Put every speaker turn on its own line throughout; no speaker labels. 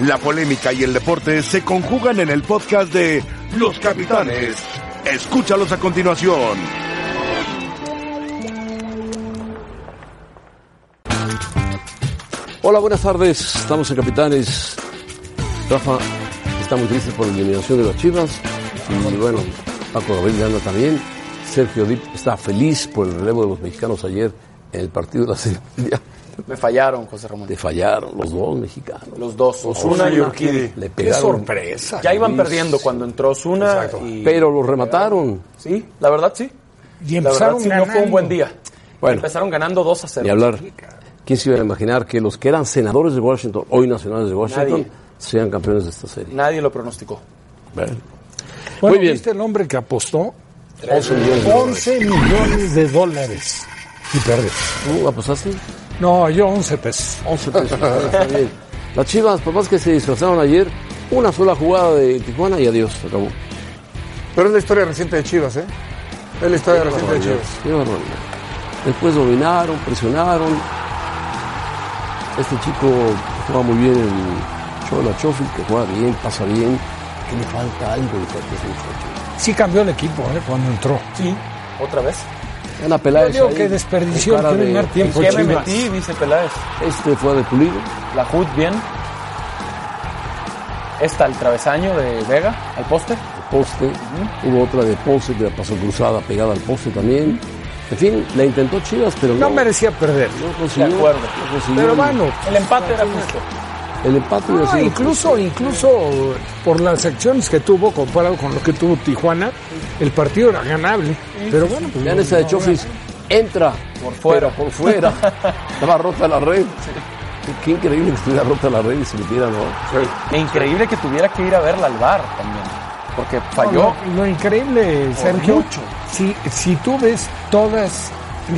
La polémica y el deporte se conjugan en el podcast de Los Capitanes. Escúchalos a continuación.
Hola, buenas tardes. Estamos en Capitanes. Rafa está muy triste por la eliminación de los Chivas. Y bueno, Paco Gabriel anda también. Sergio Dip está feliz por el relevo de los mexicanos ayer en el partido de la serie. mundial.
Me fallaron, José Ramón.
Te fallaron los dos mexicanos.
Los dos.
Osuna y Urquidi.
Le
Qué
pegaron.
sorpresa.
Ya iban
Luis.
perdiendo cuando entró Osuna.
Exacto.
Y...
Pero los remataron.
Sí, la verdad sí.
Y
La verdad
empezaron
sí, no fue un buen día.
Bueno,
Empezaron ganando 2 a 0.
y hablar. ¿Quién se iba a imaginar que los que eran senadores de Washington, hoy nacionales de Washington,
Nadie.
sean campeones de esta serie?
Nadie lo pronosticó.
Bueno.
Bueno,
Muy bien.
¿Viste el hombre que apostó?
11 millones de dólares.
11 millones de dólares. Y perdió.
¿Tú apostaste?
No, yo 11 pesos.
11 pesos. Está bien. Las chivas, papás que se disfrazaron ayer, una sola jugada de Tijuana y adiós, se acabó.
Pero es la historia reciente de Chivas, ¿eh? Es la historia reciente de Chivas.
Qué barbaridad. Después dominaron, presionaron. Este chico juega muy bien el Chola Chofil, que juega bien, pasa bien. Que le falta algo de ese muchacho.
Sí cambió el equipo ¿eh? cuando entró.
Sí. Otra vez.
Ana
Yo
Peláez.
digo
ahí,
que desperdició
con
el
cara de-
primer tiempo.
¿Qué me
Chivas.
metí? Dice Peláez.
Este fue de Pulido.
La HUD bien. Esta al travesaño de Vega, al poste.
poste, hubo otra de Ponce que la pasó cruzada, pegada al poste también. En fin, la intentó Chivas, pero no,
No merecía perder.
no consiguió.
De acuerdo.
no consiguió.
Pero bueno,
El empate era justo.
el empate hubiera
no,
sido
Ah, incluso, incluso por las acciones que tuvo comparado con lo que tuvo Tijuana, el partido era ganable. Pero bueno, pues
Vean
no,
esa de
no,
Chofis, entra por
fuera.
por fuera. Estaba rota la red. Qué increíble que estuviera rota la red y se metiera, ¿no?
E increíble que tuviera que ir a verla al bar también. Porque falló.
Lo, lo increíble, Sergio, si, si tú ves todas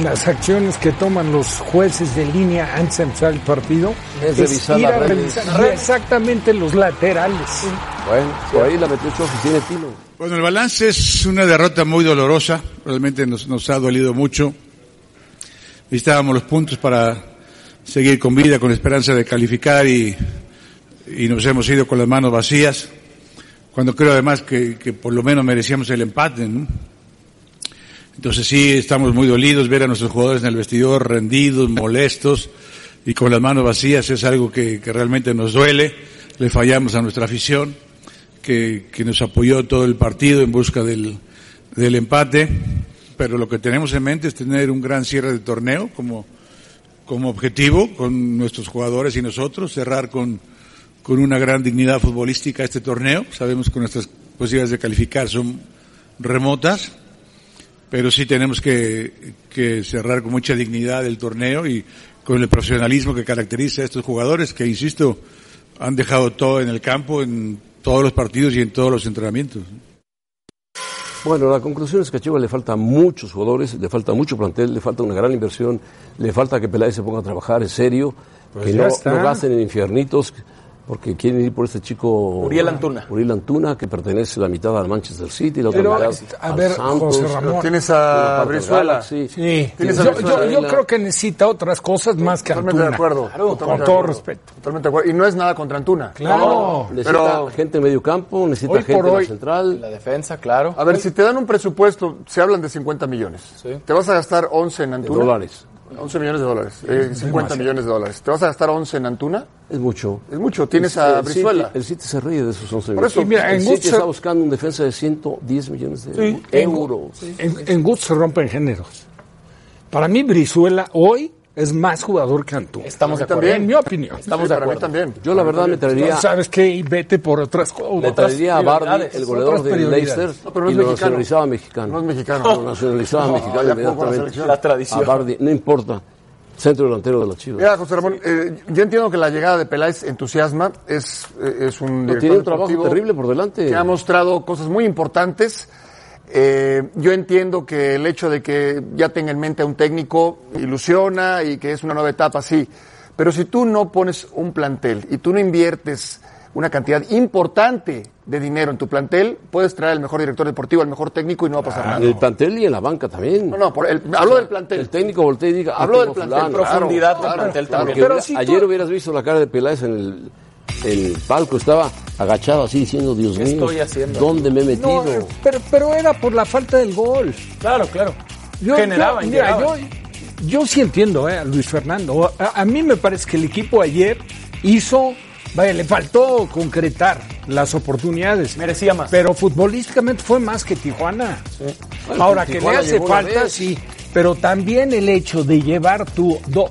las acciones que toman los jueces de línea antes de empezar el partido,
Es revisar
ir
las
a
redes.
revisar exactamente los laterales.
Bueno, por ahí la metió Chofis, tiene tiro.
Bueno, el balance es una derrota muy dolorosa, realmente nos, nos ha dolido mucho. Necesitábamos los puntos para seguir con vida, con esperanza de calificar y, y nos hemos ido con las manos vacías, cuando creo además que, que por lo menos merecíamos el empate. ¿no? Entonces sí, estamos muy dolidos, ver a nuestros jugadores en el vestidor rendidos, molestos y con las manos vacías es algo que, que realmente nos duele, le fallamos a nuestra afición que, que nos apoyó todo el partido en busca del, del empate, pero lo que tenemos en mente es tener un gran cierre de torneo como, como objetivo con nuestros jugadores y nosotros, cerrar con, con una gran dignidad futbolística este torneo. Sabemos que nuestras posibilidades de calificar son remotas, pero sí tenemos que, que cerrar con mucha dignidad el torneo y con el profesionalismo que caracteriza a estos jugadores que, insisto, han dejado todo en el campo, en todos los partidos y en todos los entrenamientos.
Bueno, la conclusión es que a Chivas le faltan muchos jugadores, le falta mucho plantel, le falta una gran inversión, le falta que Peláez se ponga a trabajar, es serio, que
ya
no,
está.
no gasten en infiernitos, porque quieren ir por este chico...
Uriel Antuna.
Uriel Antuna, que pertenece la mitad al Manchester City, la otra
Pero,
mitad
a
al
ver,
Santos.
José Ramón.
Tienes
una parte
a
al
Brizuela.
Galaxy.
Sí.
Tienes a
yo,
Luis
yo- yo
Arena.
creo que necesita otras cosas más que
Totalmente de
Antuna.
acuerdo.
con
Totalmente de
todo
acuerdo.
respeto.
Totalmente de acuerdo. Y no es nada contra Antuna.
Claro.
Necesita
Pero-
gente en medio campo, necesita
Hoy por
gente en la
hoy,
central.
La defensa, claro.
A ver, si te dan un presupuesto, se hablan de 50 millones.
Sí.
Te vas a gastar 11 en Antuna.
dólares.
11 millones de dólares. Eh, 50 millones de dólares. ¿Te vas a gastar 11 en Antuna?
Es mucho. eh,
Es mucho. Tienes
El
a
City-
Brizuela.
El City se ríe de esos 11
Por
millones.
eso,
Y mira,
el
en
City
Guts
está buscando un defensa de 110 millones de euros.
En, en Guts se rompen géneros. Para mí, Brizuela hoy es más jugador que Antuna.
Estamos de
Ahorita
acuerdo.
bien.
En mi opinión.
Estamos
Sí,
de
para mí
acuerdo.
también.
Yo la verdad me traería,
¿Sabes qué? Y vete por otras cosas.
me traería a Bardi,
prioridades,
el goleador
otras
de
prioridades.
Leicester,
No, pero no
y
es
lo
mexicano.
nacionalizaba mexicano.
No es mexicano.
Lo nacionalizaba mexicano
ya jugó con la
inmediatamente.
selección.
La tradición.
A Bardi, no importa. Centro delantero de la Chivas.
Mira, José Ramón, eh, yo entiendo que la llegada de Peláez entusiasma, es, eh, es un
Pero
director
tiene un trabajo
deportivo
terrible por delante.
que ha mostrado cosas muy importantes. Eh, yo entiendo que el hecho de que ya tenga en mente a un técnico ilusiona y que es una nueva etapa, sí. Pero si tú no pones un plantel y tú no inviertes una cantidad importante de dinero en tu plantel, puedes traer al mejor director deportivo, al mejor técnico y no va a pasar
En
nada.
el plantel y en la banca también.
No, no, por el- hablo del plantel.
El técnico voltea y diga,
Hablo
"Ah,
del
tengo
plantel,
fulano".
claro,
Profundidad del
claro,
plantel
claro.
también.
Porque
Pero
hubiera-
si tú-
ayer hubieras visto la cara de Peláez en el, el palco estaba agachado así diciendo, Dios
¿Qué
mío,
estoy haciendo
¿dónde me he
No,
metido?
pero, pero era por la falta del gol.
Claro, claro.
Yo,
Generaban,
yo- mira,
generaban.
yo- yo sí entiendo eh, a Luis Fernando. A, a mí me parece que el equipo ayer hizo, vaya, le faltó concretar las oportunidades.
Merecía más.
Pero futbolísticamente fue más que Tijuana. Ahora, que
Tijuana
le hace
llegó una
falta,
vez.
sí. Pero también el hecho de llevar tú do-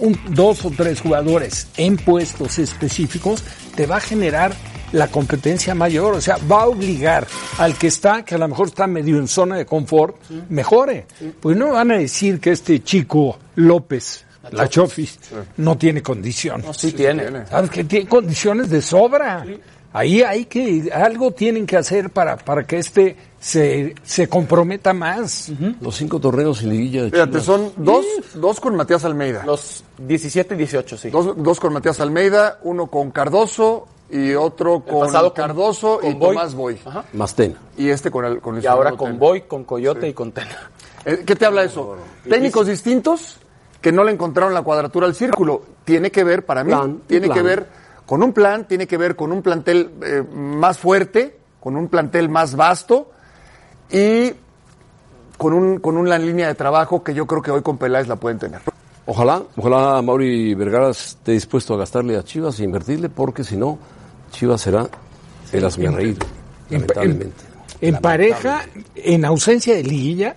un- dos o tres jugadores en puestos específicos te va a generar la competencia mayor. O sea, va a obligar al que está, que a lo mejor está medio en zona de confort, mejore. Pues no van a decir que este chico López, la Chofis, no tiene condición.
Sí, tiene.
Sabes que tiene condiciones de sobra. Ahí hay que, algo tienen que hacer para, para que este se, se comprometa más.
Los cinco torneos en liguilla de
Fíjate,
Chivas.
son dos, dos con Matías Almeida.
Los 17 y 18, sí.
Dos, dos con Matías Almeida, uno con Cardoso y otro con
pasado con-
Cardoso
con
y
Boy.
Tomás Boy.
Ajá.
Mastena.
Y este con, el, con Luis
Y ahora
Fernando
con
Tena.
Boy, con Coyote y con Tena.
Eh, ¿Qué te habla eso? Técnicos distintos que no le encontraron la cuadratura al círculo. Tiene que ver, para mí,
Plan,
tiene
plan.
que ver con un plan, tiene que ver con un plantel eh, más fuerte, con un plantel más vasto y con, un, con una línea de trabajo que yo creo que hoy con Peláez la pueden tener.
Ojalá, ojalá Mauri Vergara esté dispuesto a gastarle a Chivas e invertirle, porque si no, Chivas será el asmerreír, lamentablemente.
En pareja, en ausencia de liguilla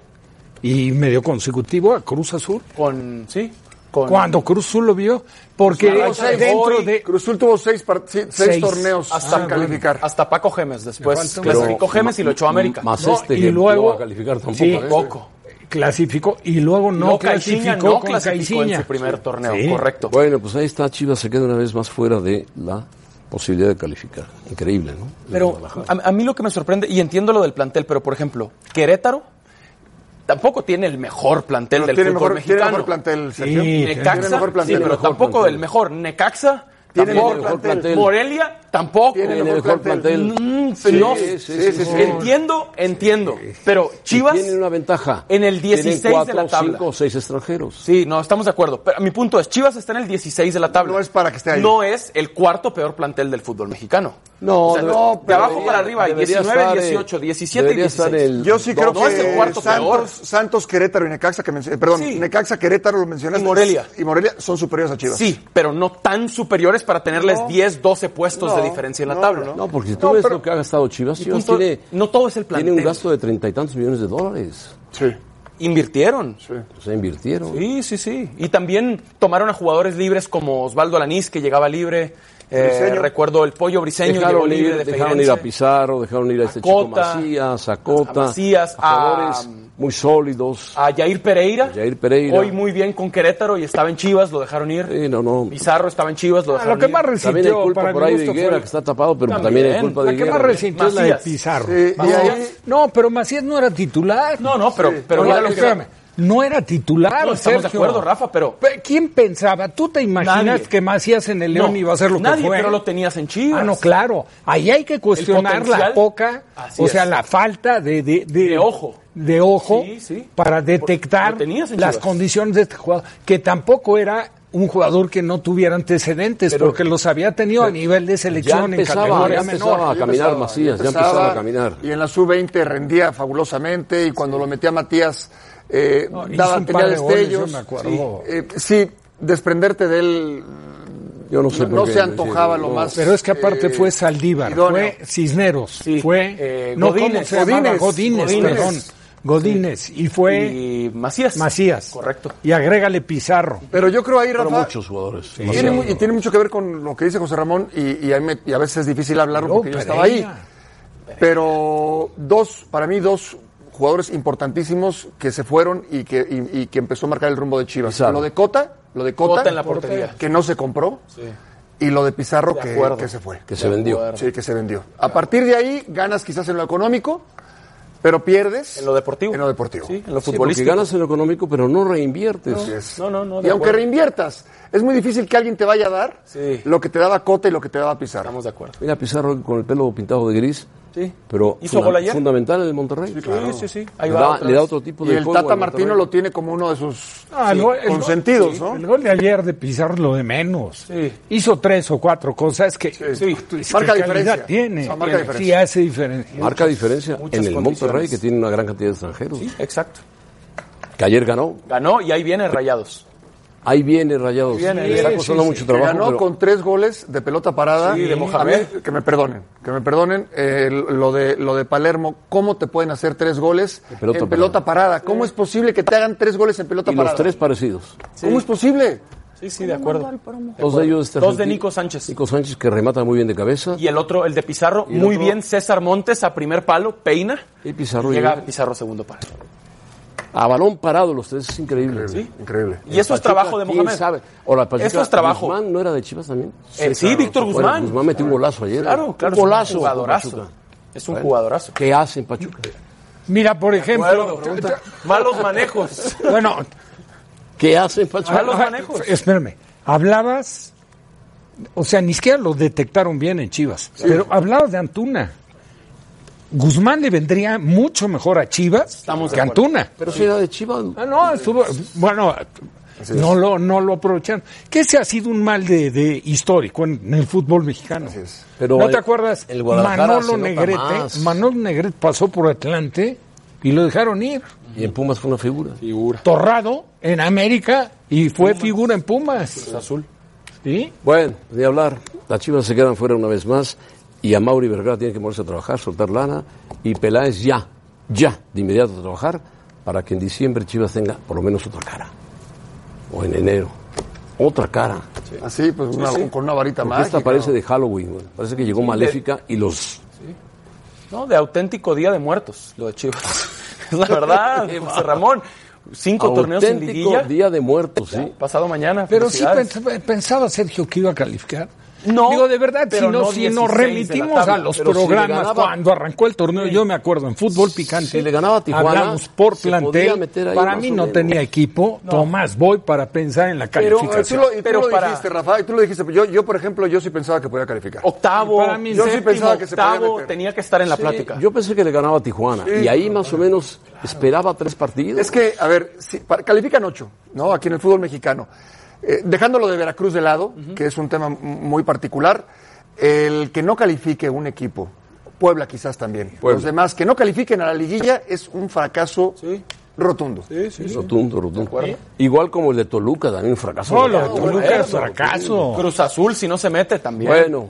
y medio consecutivo a Cruz Azul.
Con, sí, con...
Cuando Cruz Azul lo vio, porque
Tuvo
o
Pues,
sea,
seis,
dentro
Boy,
de...
Cruzul tuvo seis, par- sí, seis
Seis.
torneos
Hasta,
hasta calificar.
hasta Paco Gemes después.
falta un-
Clasificó Gemes y lo echó a América.
Más
No,
este
y
que
luego-
no va a calificar tampoco.
Sí,
¿eh?
Poco.
Clasificó y luego no,
No, Caixinha
clasificó
no
con
clasificó en
Caixinha.
su primer torneo,
Sí.
correcto.
Bueno, pues ahí está, Chivas se queda una vez más fuera de la posibilidad de calificar. Increíble, ¿no?
Pero a, a mí lo que me sorprende, y entiendo lo del plantel, pero por ejemplo, Querétaro tampoco tiene el mejor plantel
Pero
del
tiene
fútbol
mejor, tiene
mexicano.
mejor plantel, Sergio.
Sí,
Necaxa,
tiene mejor plantel.
sí, pero
Mejor
tampoco
plantel.
el mejor. Necaxa,
Tiene
tampoco.
mejor plantel.
Morelia, tampoco.
Tiene
Tiene
mejor
mejor
plantel.
plantel.
Mm,
Sí,
no.
sí, sí, sí, sí.
Entiendo, entiendo. Pero Chivas.
Tienen una ventaja.
En el 16
Tienen
de la
cuatro,
tabla.
cinco o seis extranjeros.
Sí, no, estamos de acuerdo. Pero mi punto es, Chivas está en el 16 de la tabla.
No es para que esté ahí.
No es el cuarto peor plantel del fútbol mexicano.
No,
O sea,
debe-
de abajo
debería-
para arriba, hay
debería
19,
estar, eh,
18, 17 y
debería estar
16.
el-
Yo sí creo
No,
que
es el cuarto peor.
Santos, Santos, Querétaro y Necaxa, que menc- eh, perdón,
Sí.
Necaxa, Querétaro lo mencionaste.
Y Morelia.
Y Morelia son superiores a Chivas.
Sí, pero no tan superiores para tenerles 10, 12 puestos de diferencia en la
no,
tabla.
No, porque si tú ves lo que ha gastado Chivas, Chivas
punto-
tiene,
no todo es el plantel.
tiene un gasto de treinta y tantos millones de dólares.
Sí.
Invirtieron.
O sea, invirtieron.
Sí, sí, sí. Y también tomaron a jugadores libres como Osvaldo Alanís, que llegaba libre. Eh,
Briseño.
recuerdo el Pollo Briseño, llegó
Dejaron,
libre
ir,
de
dejaron ir
Feirense.
a Pizarro, dejaron ir a este chico
Cota,
Macías, a Cota,
a Macías,
jugadores
a- um,
muy sólidos.
a Yair Pereira.
Yair Pereira.
Hoy muy bien con Querétaro y estaba en Chivas, lo dejaron ir.
Sí, no, no.
Pizarro estaba en Chivas, lo dejaron
Ah, Lo que
ir.
más
También hay
resintió
culpa
para mi
por ahí de
gusto fue-
Higuera, que está tapado, pero también, hay
También.
culpa de
La que
Higuera.
más resintió es la de
Macías.
Pizarro.
Sí, y
Macías-
ahí-
No, pero Macías no era titular.
No, no, pero, pero
No,
mira lo que-
espérame, no era titular,
No, estamos de
Sergio.
acuerdo, Rafa, pero-
Pe- ¿Quién pensaba? ¿Tú te imaginas
Nadie.
que Macías en el León
No,
iba a ser lo que
nadie,
fue?
pero lo tenías en Chivas.
Ah, no, claro. Ahí hay que
El
cuestionar
potencial-
la poca,
Así
o sea,
es.
la falta de... De,
De ojo.
De ojo
Sí, sí.
para
lo
detectar
tenías en
las
Chivas.
condiciones de este jugador, que tampoco era un jugador que no tuviera antecedentes, porque los había tenido a nivel de
Ya
selección en
empezaba,
categoría
ya
menor.
empezaba a caminar Macías, ya
Empezaba,
empezaba a caminar.
Y en la sub-20 rendía fabulosamente y cuando lo metía Matías eh,
No, hizo
daba,
un
tenía
par de goles,
destellos.
yo me acuerdo.
Sí, eh, sí, desprenderte de él
Yo no sé
no,
por qué
se
lo
antojaba
hicieron,
lo
no.
más.
Pero es que aparte
eh,
fue Saldívar,
idóneo.
fue Cisneros,
Sí,
fue
eh,
no, ¿cómo
Godínez,
se llamaba?
Godínez,
Godínez,
Godínez.
perdón, Godínez y fue
Y Macías.
Macías.
Correcto.
Y agrégale Pizarro.
Pero yo creo ahí,
Pero
Rafa,
muchos jugadores.
Y tiene, mu- y tiene mucho que ver con lo que dice José Ramón y, y a, mí me- y a veces es difícil hablarlo
No,
porque yo estaba ahí.
Pereira.
Pero dos, para mí dos jugadores importantísimos que se fueron y que, y, y que empezó a marcar el rumbo de Chivas.
Pizarro.
Lo de Cota, lo de Cota,
Cota en la portería.
que no se compró, y lo de Pizarro
De
que-
acuerdo.
que se fue.
Que se vendió.
Sí, que se vendió. A partir de ahí ganas quizás en lo económico, pero pierdes
En lo deportivo.
En lo deportivo.
Sí, en lo
Sí, porque
futbolístico.
ganas en lo económico, pero no reinviertes.
No, no, no.
Y
de
aunque
acuerdo.
reinviertas, es muy difícil que alguien te vaya a dar
Sí.
lo que te daba Cota y lo que te daba Pizarro.
Estamos de acuerdo.
Mira, Pizarro con el pelo pintado de gris
Sí.
Pero
hizo gol
funda-
ayer.
fundamental en el Monterrey.
Sí, sí, sí. Ahí
Le
va
da,
otra
le da
vez.
otro tipo
Y
de
el
juego al
Tata Martino
Monterrey.
lo tiene como uno de sus
Ah, el gol- el gol-
consentidos,
sí,
¿no?
El gol de ayer de Pizarro lo de menos.
Sí.
Hizo tres o cuatro cosas que,
Sí.
es
Marca
que
diferencia.
calidad tiene.
O sea, marca
Sí,
diferencia.
hace diferencia.
Marca diferencia
muchas
en el
condiciones.
Monterrey, que tiene una gran cantidad de extranjeros.
Exacto.
Que ayer ganó.
Ganó y ahí viene Rayados.
Ahí viene Rayados.
viene,
Le está
sí,
costando
sí,
mucho
sí.
Que
trabajo.
ganó
pero-
con tres goles de pelota parada.
Sí, de
A mí,
Mohamed.
que me perdonen, que me perdonen eh, lo, de, lo de Palermo. ¿Cómo te pueden hacer tres goles
pelota
en pelota parada? ¿Cómo es posible que te hagan tres goles en pelota
y
parada?
los tres parecidos.
¿Cómo es posible?
Sí, sí, de acuerdo.
Dos de ellos. este
Dos de
argentino-
Nico Sánchez.
Nico Sánchez que remata muy bien de cabeza.
Y el otro, el de Pizarro,
el
muy
otro?
bien. César Montes a primer palo, peina.
Y Pizarro
Llega
llega.
Pizarro a segundo palo.
A balón parado los tres, es increíble.
Increíble.
Y eso es
Pachuca,
trabajo de
¿quién
Mohamed.
sabe? Ahora, Pachuca,
Eso es trabajo.
Guzmán no era de Chivas también.
Eh, sí, Víctor
Bueno,
Guzmán.
Guzmán metió un golazo ayer.
Claro, claro.
Un golazo.
Es un jugadorazo.
Pachuca.
Es un
Bueno,
jugadorazo.
¿Qué hace en Pachuca?
Mira, por ejemplo,
Malos manejos.
bueno,
¿Qué hace en Pachuca?
Ah, los manejos.
espérame, hablabas, o sea, ni siquiera lo detectaron bien en Chivas, pero hablabas de Antuna. Guzmán le vendría mucho mejor a Chivas
Estamos de
que a
acuerdo.
Antuna.
Pero si era de Chivas. pues,
Ah, no, estuvo. Bueno, no lo, no lo aprovecharon. Que ese ha sido un mal de, de histórico en, en el fútbol mexicano.
Pero
¿No
el-
te acuerdas?
el Guadalajara se
Manolo
nota
Negrete.
más.
Manolo Negrete pasó por Atlante y lo dejaron ir.
Y en Pumas fue una figura.
Torrado en América y fue figura en Pumas.
Azul.
¿Sí?
Bueno, de hablar. Las Chivas se quedan fuera una vez más. Y a Mauri Vergara tiene que ponerse a trabajar, soltar lana. Y Peláez ya, ya, de inmediato a trabajar. Para que en diciembre Chivas tenga por lo menos otra cara. O en enero. Otra cara.
Ah,
Así, pues una- con una varita
Porque
más.
esta parece de Halloween. güey. Parece que llegó maléfica y los
No, de auténtico Día de Muertos, lo de Chivas. Es la verdad, José Ramón. Cinco torneos sin
auténtico
liguilla.
día de muertos, ¿sí?
Pasado mañana.
Pero sí
felicidades.
pens- pensaba Sergio que iba a calificar.
No,
Digo, de verdad, si,
pero
no,
no
si
16
nos
de la
remitimos
tabla,
a los
pero si le
programas
ganaba-
cuando arrancó el torneo, yo me acuerdo, en fútbol picante.
Si le ganaba a Tijuana,
Hablamos por
se podía
plantel.
meter ahí
para
más
mí
o
no
menos. eh,
tenía equipo. Tomás, voy para pensar en la
Pero, eh,
calificación.
tú lo, y tú
Pero
lo
para-
dijiste, Rafa, y tú lo dijiste. pero Yo, yo, por ejemplo, yo sí pensaba que podía calificar.
Octavo,
Para mí,
yo
sí
séptimo,
pensaba que se podía
octavo,
meter.
tenía que estar en la
Sí,
plática.
Yo pensé que le ganaba a Tijuana. y ahí más o menos esperaba tres partidos.
Es que, a ver, sí, para- califican ocho, ¿no? Aquí en el fútbol mexicano. Eh, dejándolo de Veracruz de lado, que es un tema m- muy particular, el que no califique un equipo, Puebla quizás también, los demás que no califiquen a la liguilla es un fracaso rotundo.
Rotundo, rotundo. Igual como el de Toluca, también un fracaso.
No, lo de
Bueno,
Toluca
bueno,
es fracaso.
Cruz Azul, si no se mete, también.
Bueno,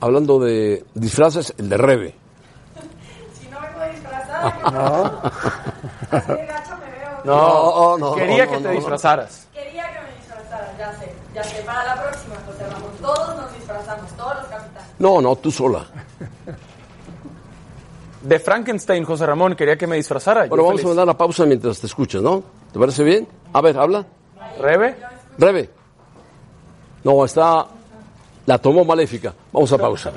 hablando de disfraces, el de Rebe.
Si no vengo disfrazada, no. Así de gacho me veo.
No, no, no,
Quería
no,
que
no,
te
no.
disfrazaras.
Quería que me disfrazaras, ya sé, ya sé. Para la próxima, José Ramón, todos nos disfrazamos, todos los capitanes.
No, no, tú sola.
De Frankenstein, José Ramón, quería que me disfrazara. Yo
Bueno, vamos a
feliz.
dar la pausa mientras te escuchas, ¿no? ¿Te parece bien? A ver, habla.
Rebe,
Rebe. No, está. La tomó maléfica. Vamos a pausa.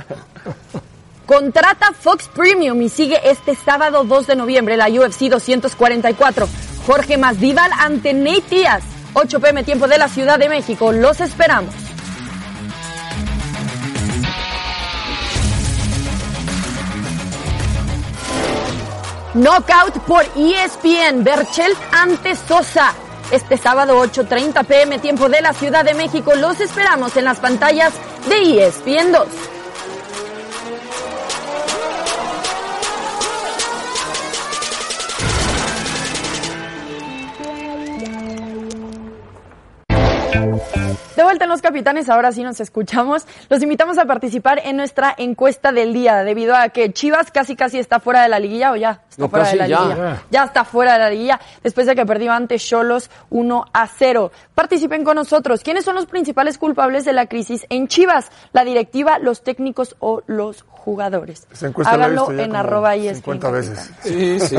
Contrata Fox Premium y sigue este sábado 2 de noviembre la UFC 244. Jorge Masvidal ante Nate Díaz. 8 pm tiempo de la Ciudad de México. Los esperamos. Knockout por E ESPN. Berchelt ante Sosa. Este sábado 8.30 pm tiempo de la Ciudad de México. Los esperamos en las pantallas de E ESPN 2. De vuelta en Los Capitanes, ahora sí nos escuchamos. Los invitamos a participar en nuestra encuesta del día, debido a que Chivas casi casi está fuera de la liguilla o ya está
No,
fuera
casi
de la
ya.
liguilla. Ya está fuera de la liguilla después de que perdió ante Cholos 1 a 0. Participen con nosotros. ¿Quiénes son los principales culpables de la crisis en Chivas? ¿La directiva, los técnicos o los jugadores?
Esa encuesta la he
Háganlo
visto ya
en
como
arroba y
50 veces.
Sí, sí.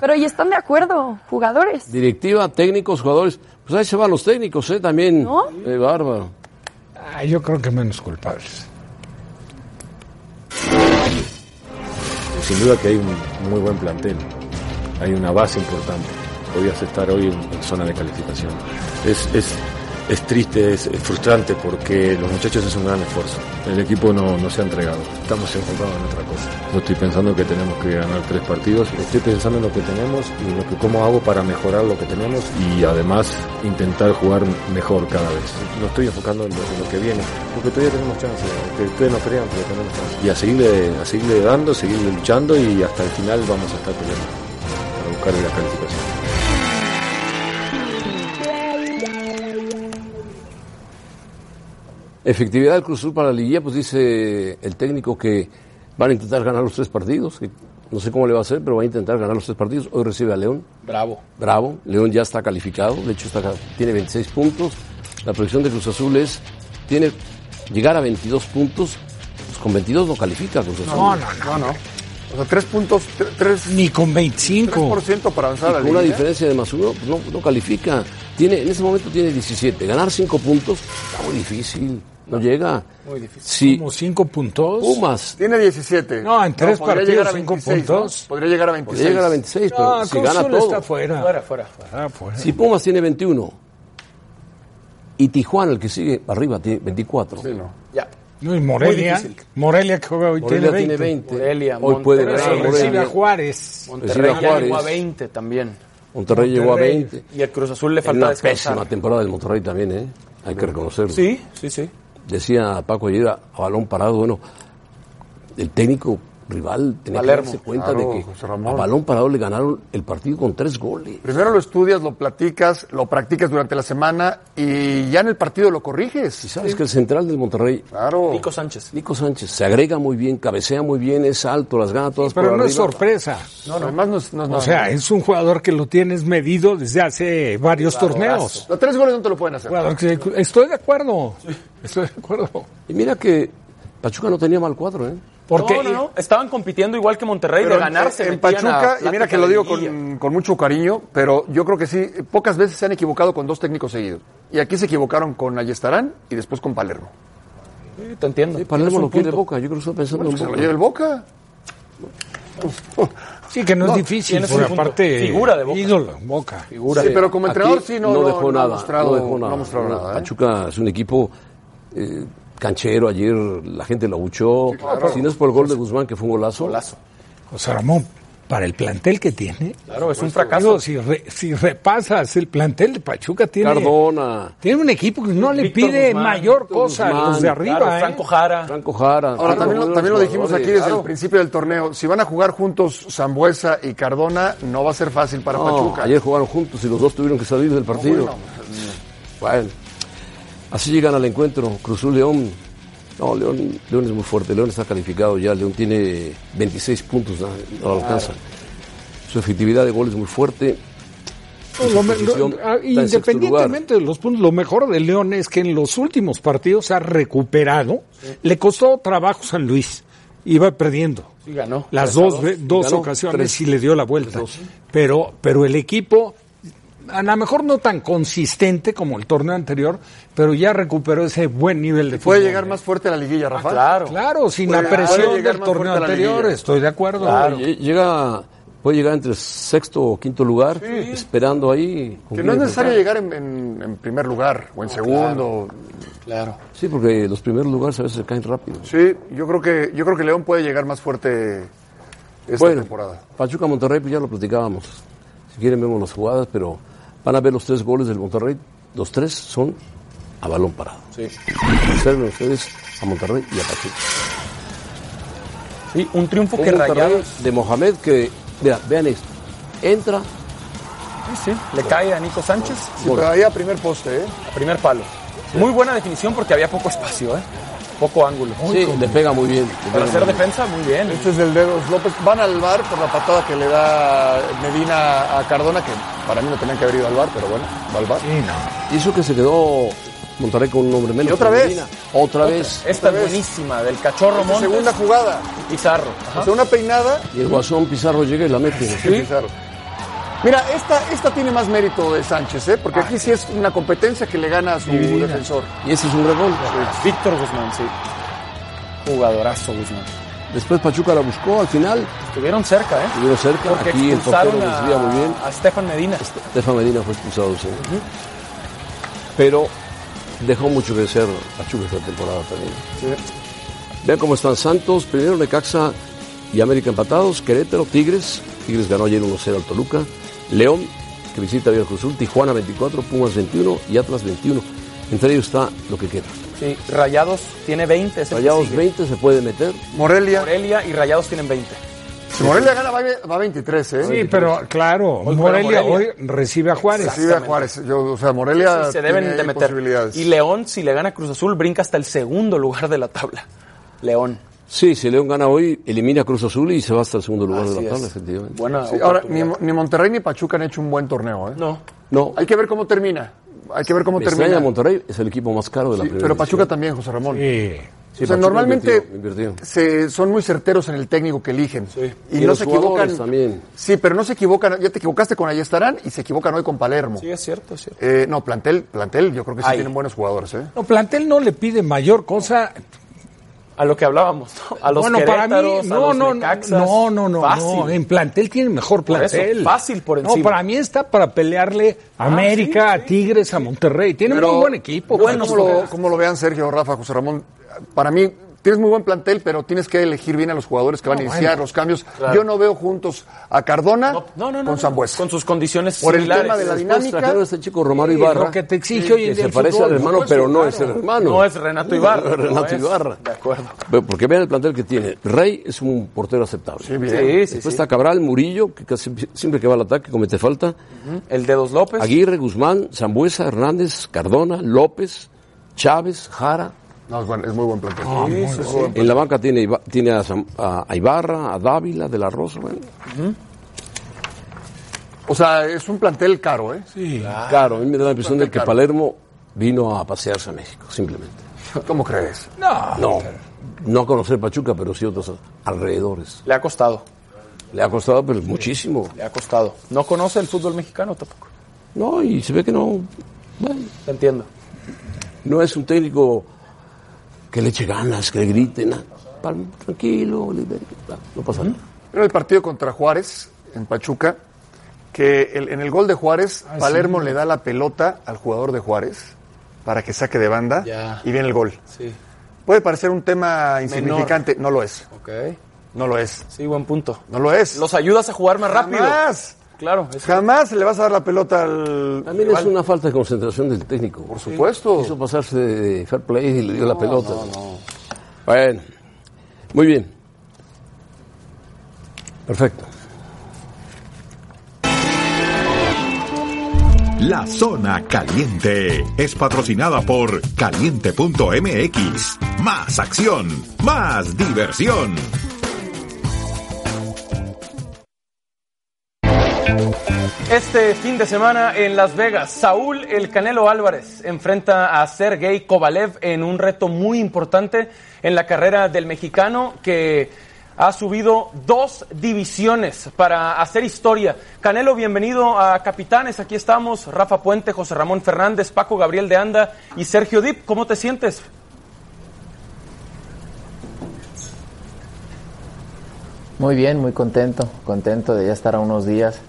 Pero y están de acuerdo, jugadores.
Directiva, técnicos, jugadores. Pues ahí se van los técnicos, ¿eh? También.
¿No?
Eh, bárbaro.
Ah, yo creo que menos culpables.
Sin duda que hay un muy buen plantel, hay una base importante. Podías estar hoy en, en zona de calificación. Es, es, es triste, es, es frustrante porque los muchachos hacen un gran esfuerzo. El equipo no, no se ha entregado. Estamos enfocados en otra cosa. Yo estoy pensando que tenemos que ganar tres partidos. Estoy pensando en lo que tenemos y en lo que cómo hago para mejorar lo que tenemos y además intentar jugar mejor cada vez. No estoy enfocando en lo, en lo que viene, porque todavía tenemos chance. Que ustedes no crean, pero tenemos chance. Y a seguirle, a seguirle dando, seguirle luchando y hasta el final vamos a estar peleando para buscar la calificación.
Efectividad del Cruz Azul para la liguilla, pues dice el técnico que van a intentar ganar los tres partidos. que no sé cómo le va a hacer, pero va a intentar ganar los tres partidos. Hoy recibe a León.
Bravo.
Bravo. León ya está calificado. De hecho, está, tiene 26 puntos. La proyección de Cruz Azul es tiene, llegar a 22 puntos. Pues con 22 no califica Cruz Azul.
No, no, no.
No, no. O sea, tres puntos, tre- tres,
Ni con 25.
3% para avanzar a la
Con una
liguilla.
diferencia de más uno, pues no, no califica. Tiene, en ese momento tiene 17. Ganar 5 puntos está muy difícil. No llega. Muy difícil. Si
Como 5 puntos.
Pumas
Pues, Tiene 17.
No, en tres
podría
partidos,
llegar a
cinco
26, ¿no?
puntos.
Podría llegar a 26.
llega a 26, pero
No,
si
Cruz
gana
Azul
todo.
está fuera.
Fuera, fuera, fuera.
Ah, fuera.
Si Pumas tiene 21 y Tijuana, el que sigue arriba, tiene 24.
Ya.
No, y Morelia.
difícil.
Morelia que juega hoy
Morelia
tiene
tiene
20.
20.
Morelia,
Hoy puede
Monterrey.
ganar
Pero
Recibe a
Morelia.
Juárez.
Recibe
Monterrey
a
ya llegó a
Juárez.
20 también.
Monterrey llegó a
Monterrey.
20.
Y al Cruz Azul le
Es
falta
una
descansar.
pésima temporada del Monterrey también, ¿eh? Hay que reconocerlo.
Sí, sí, sí.
Decía Paco ayer a a balón parado, bueno, el técnico rival tenía
Palermo.
que darse cuenta
Claro,
de
José
que
Ramón.
a balón parado le ganaron el partido con tres goles.
Primero lo estudias, lo platicas, lo practicas durante la semana y ya en el partido lo
Y
corriges.
sabes que el central del Monterrey,
Claro.
Nico Sánchez.
Nico Sánchez, se agrega muy bien, cabecea muy bien, es alto, las gana todas
Pero
por
no es
arriba.
sorpresa.
Además, no es, no es
O
nada.
sea, es un jugador que lo tienes medido desde hace varios torneos.
Los tres goles no te lo pueden hacer.
Jugador que- Estoy de acuerdo. Estoy de acuerdo.
Y mira que Pachuca no tenía mal cuadro, ¿eh?
Porque
no, no, no. Estaban compitiendo igual que Monterrey
Pero
de ganarse.
en, en Pachuca, y mira que lo digo con, con mucho cariño, pero yo creo que sí, pocas veces se han equivocado con dos técnicos seguidos. Y aquí se equivocaron con Ayestarán y después con Palermo.
Te entiendo.
Sí, Palermo
Tienes un
lo quiere
punto.
Boca, yo creo que está pensando
Bueno,
en
pues se lo
Boca.
lleva el Boca.
sí que no,
No,
es difícil.
tienes
Por
un punto.
aparte,
Figura de Boca.
ídolo, Boca.
figura.
Sí, pero como
Aquí
entrenador sí no- no-
dejó
no ha
nada,
mostrado-
no dejó
no ha
nada.
mostrado nada, ¿eh?
Pachuca es un equipo eh, canchero. Ayer la gente lo abuchó. Si no es por el gol de Guzmán, que fue un golazo.
José Ramón, para el plantel que tiene.
Claro, es un
digo,
fracaso.
si, re- si repasas el plantel de Pachuca, tiene,
Cardona,
tiene un equipo que no le
Víctor
pide
Guzmán,
mayor
Víctor
cosa a los
Guzmán,
de arriba.
Claro,
¿eh?
Franco Jara.
Franco Jara.
Ahora, ah,
Franco
también, lo,
Jara,
también lo
los
dijimos aquí
jugadores.
desde el
Claro.
principio del torneo. Si van a jugar juntos Zambuesa y Cardona, no va a ser fácil para
No,
Pachuca.
ayer jugaron juntos y los dos tuvieron que salir del partido. bueno. así llegan al encuentro. Cruzul León. No, León, León es muy fuerte. León está calificado ya. León tiene 26 puntos, no, no lo alcanza. Su efectividad de gol es muy fuerte.
No, lo me- lo-
posición
ah,
está en
independientemente de los puntos, lo mejor de León es que en los últimos partidos ha recuperado. Le costó trabajo San Luis, iba perdiendo.
Sí, ganó.
Las
Tres a
dos, ve- dos
ganó
ocasiones
tres.
y le dio la vuelta. Pero, pero el equipo, a lo mejor no tan consistente como el torneo anterior, pero ya recuperó ese buen nivel de
Puede
fútbol,
llegar
¿eh?
más fuerte a la liguilla, Rafa.
Ah, Claro.
Claro, sin la
Puede- puede
presión
llegar
del
más
torneo
fuerte a la
anterior,
liguilla.
estoy de acuerdo.
Lle- Llega, puede llegar entre sexto o quinto lugar, esperando ahí.
Que no es necesario llegar en, en- en primer lugar o en segundo.
Ah, Claro.
Sí, porque los primeros lugares a veces se caen rápido.
Sí, yo creo que yo creo que León puede llegar más fuerte esta
bueno,
temporada.
Pachuca Monterrey, pues ya lo platicábamos. Si quieren vemos las jugadas, pero van a ver los tres goles del Monterrey. Los tres son a balón parado.
Sí.
Observen ustedes a Monterrey y a Pachuca.
Sí, un triunfo
Un
que
Monterrey
rayados.
de Mohamed que, mira, vean esto. Entra,
Sí, sí. Le cae a Nico Sánchez
Sí, pero ahí a primer poste, ¿eh?
a primer palo. Muy buena definición porque había poco espacio, ¿eh? Poco ángulo.
sí, le pega muy bien. le
Para
pega
hacer
muy bien.
defensa, muy bien.
Este es del dedo López. Van al bar por la patada que le da Medina a Cardona, que para mí no tenían que haber ido al bar, pero bueno, va al bar.
Sí, no.
Y eso que se quedó Monterrey con un hombre menos.
Y otra
con
vez.
Medina. Otra vez.
Esta
otra
es
vez.
buenísima, del cachorro Montes
Segunda jugada,
Pizarro. Ajá.
o sea, una peinada
Y el Guasón Pizarro llega y la mete.
y Pizarro. Mira, esta, esta tiene más mérito de Sánchez, ¿eh? porque aquí sí es una competencia que le gana a su defensor.
Y ese es un gran gol.
Víctor Guzmán, sí. Jugadorazo, Guzmán.
Después Pachuca la buscó al final.
Estuvieron cerca, ¿eh?
Estuvieron cerca.
Porque
Aquí el portero
expulsaron
nos desvía muy bien.
a, a Stefan Medina.
Stefan Medina fue expulsado, sí. Pero dejó mucho que desear Pachuca esta temporada también. Vean cómo están Santos, primero Necaxa y América empatados, Querétaro, Tigres, Tigres ganó ayer 1-0 al Toluca, León, que visita a Cruz Azul, Tijuana 24, Pumas 21 y Atlas 21. Entre ellos está lo que queda.
Sí, Rayados tiene 20. es el que
Rayados
Este sigue.
20 se puede meter.
Morelia.
Morelia y Rayados tienen 20.
Si Morelia gana, va, va a 23, ¿eh?
Sí, pero claro,
Hoy juega
Morelia,
Morelia.
hoy recibe a Juárez.
Sí, a Juárez. Yo, o sea, Morelia
Sí, se deben
tiene
de
ahí
meter.
posibilidades.
Y León, si le gana a Cruz Azul, brinca hasta el segundo lugar de la tabla. León.
Sí, si León gana hoy, elimina a Cruz Azul y se va hasta el segundo lugar de
Así
la
es.
tabla, efectivamente.
Buena
Sí, ahora, ni,
oportunidad.
Mo- ni Monterrey ni Pachuca han hecho un buen torneo, ¿eh?
No.
No,
Hay que ver cómo termina. Hay que ver cómo
me
termina.
extraña Monterrey, es el equipo más caro de la
Sí,
primera
pero Pachuca
división.
también, José Ramón.
Sí.
Sí,
o sea,
Pachuca
normalmente
invirtió, invirtió.
se- son muy certeros en el técnico que eligen.
Y los jugadores también.
Sí, pero no se equivocan. Ya te equivocaste con ahí estarán y se equivocan hoy con Palermo.
Sí, es cierto, es cierto.
Eh, no, plantel, plantel, yo creo que sí
Ahí.
tienen buenos jugadores, ¿eh?
No, plantel no le pide mayor cosa.
A lo que hablábamos, ¿no? A los
bueno, para mí,
Querétaros, a
no,
los
no, no,
Necaxas.
no, no, no,
Fácil.
no, En plantel tiene mejor
Por eso,
plantel.
fácil por
No,
encima. Ah,
para mí está para pelearle a América,
sí,
a Tigres, a Monterrey. Tiene
Pero-
muy buen equipo.
Bueno,
Pachuca.
como lo, como lo vean Sergio, Rafa, José Ramón, para mí tienes muy buen plantel, pero tienes que elegir bien a los jugadores que van a
No,
iniciar
bueno.
los cambios. Yo no veo juntos a Cardona
No, no, no, no,
con
no.
Sambuesa.
Con sus condiciones
Por el
similares.
tema de la
Después
dinámica-
trajeron a este chico Romario
Sí,
Ibarra.
lo que te exige hoy en
que
día
se
el
parece
fútbol,
al hermano,
por
pero
supuesto,
no es el hermano.
No es Renato Ibarra.
No es Renato
no es-
Ibarra.
De acuerdo.
Ve- Porque vean el plantel que tiene. Rey es un portero aceptable.
Sí, sí,
Después
sí.
está Cabral, Murillo, que casi siempre que va al ataque comete falta.
El Dedos López.
Aguirre, Guzmán, Zambuesa, Hernández, Cardona, López, Chávez, Jara.
No, es, buen- es muy buen plantel.
Ah,
Oh, pues.
En la banca tiene, Iba- tiene a, Zam- a- a Ibarra, a Dávila, De La Rosa. bueno.
O sea, es un plantel caro, ¿eh?
Claro, a mí me da la impresión de que
Claro.
Palermo vino a pasearse a México, simplemente.
¿Cómo crees?
No, no a conocer Pachuca, pero sí otros alrededores.
Le ha costado.
Le ha costado pero muchísimo.
Le ha costado. No conoce el fútbol mexicano tampoco.
No, y se ve que no, bueno,
Te entiendo.
no es un técnico que le eche ganas, que le grite, nada. Pa- Tranquilo, libre, va, no pasa nada.
Era el partido contra Juárez en Pachuca, que el- en el gol de Juárez,
Ah,
Palermo le da la pelota al jugador de Juárez para que saque de banda
Ya.
y viene el gol.
Sí.
Puede parecer un tema insignificante, no lo es,
Ok.
no lo es,
Sí, buen punto.
no lo es.
Los ayudas a jugar más rápido.
Jamás,
Claro. es-
jamás le vas a dar la pelota al...
También es una falta de concentración del técnico.
Por supuesto.
Quiso pasarse de fair play y le dio la pelota. Bueno, muy bien. Perfecto.
La Zona Caliente es patrocinada por caliente.mx. Más acción, más diversión.
Este fin de semana en Las Vegas, Saúl El Canelo Álvarez enfrenta a Sergey Kovalev en un reto muy importante en la carrera del mexicano que ha subido dos divisiones para hacer historia. Canelo, bienvenido a Capitanes. Aquí estamos Rafa Puente, José Ramón Fernández, Paco Gabriel de Anda y Sergio Dip. ¿Cómo te sientes?
Muy bien, muy contento, contento de ya estar a unos días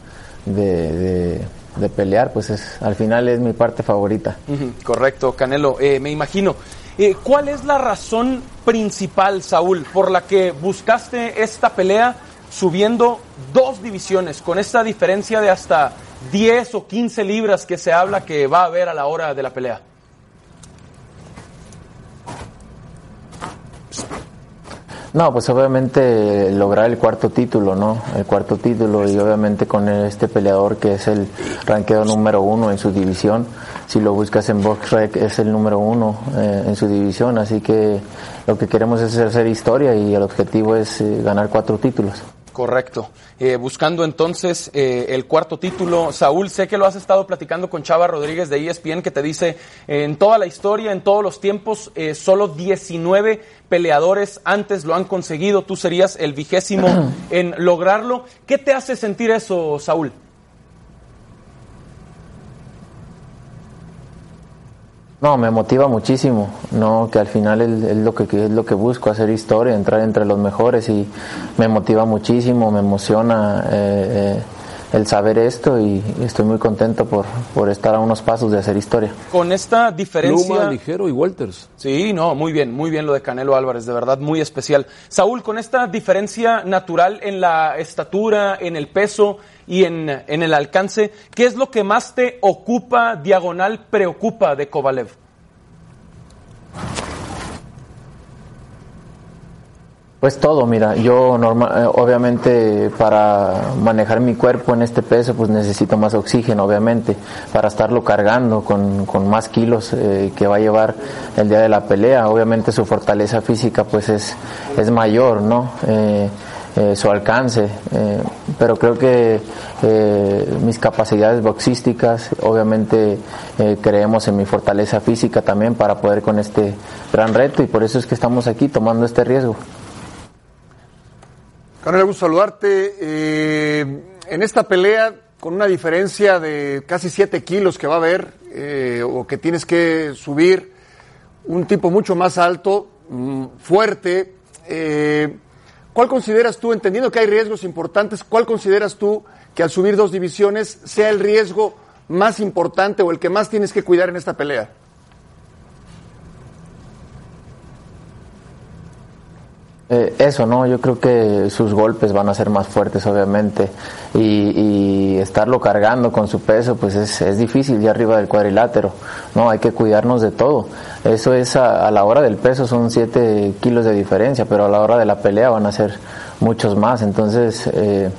de, de- de pelear, pues es, al final es mi parte favorita.
Ujú, Correcto, Canelo, eh, me imagino. Eh, ¿Cuál es la razón principal, Saúl, por la que buscaste esta pelea subiendo dos divisiones, con esta diferencia de hasta 10 o 15 libras que se habla que va a haber a la hora de la pelea?
No, pues obviamente eh, lograr el cuarto título, ¿no? El cuarto título y obviamente con este peleador que es el ranqueo número uno en su división. Si lo buscas en BoxRec es el número uno eh, en su división, así que lo que queremos es hacer historia y el objetivo es eh, ganar cuatro títulos.
Correcto. Eh, buscando entonces eh, el cuarto título, Saúl, sé que lo has estado platicando con Chava Rodríguez de E ESPN, que te dice, eh, en toda la historia, en todos los tiempos, eh, solo 19 peleadores antes lo han conseguido, tú serías el vigésimo en lograrlo. ¿Qué te hace sentir eso, Saúl?
No, me motiva muchísimo, no, que al final es, es lo que que es lo que busco, hacer historia, entrar entre los mejores y me motiva muchísimo, me emociona eh, eh, el saber esto y estoy muy contento por, por estar a unos pasos de hacer historia.
Con esta diferencia.
Luma,
Ligero y Walters.
Sí, no, muy bien, muy bien lo de Canelo Álvarez, de verdad, muy especial. Saúl, con esta diferencia natural en la estatura, en el peso y en, en el alcance, ¿qué es lo que más te ocupa, diagonal, preocupa de Kovalev?
Pues todo, mira, yo normal, eh, obviamente para manejar mi cuerpo en este peso pues necesito más oxígeno, obviamente, para estarlo cargando con, con más kilos eh, que va a llevar el día de la pelea. Obviamente su fortaleza física pues es, es mayor, ¿no? Eh, eh, su alcance, eh, pero creo que eh, mis capacidades boxísticas, obviamente eh, creemos en mi fortaleza física también para poder con este gran reto y por eso es que estamos aquí tomando este riesgo.
Canelo, gusto saludarte. Eh, en esta pelea, con una diferencia de casi 7 kilos que va a haber, eh, o que tienes que subir, un tipo mucho más alto, mm, fuerte. eh, ¿Cuál consideras tú, entendiendo que hay riesgos importantes, cuál consideras tú que al subir dos divisiones sea el riesgo más importante o el que más tienes que cuidar en esta pelea?
Eh, eso, ¿no? Yo creo que sus golpes van a ser más fuertes, obviamente, y, y estarlo cargando con su peso, pues es, es difícil ya arriba del cuadrilátero, ¿no? Hay que cuidarnos de todo. Eso es a, a la hora del peso son 7 kilos de diferencia, pero a la hora de la pelea van a ser muchos más, entonces eh,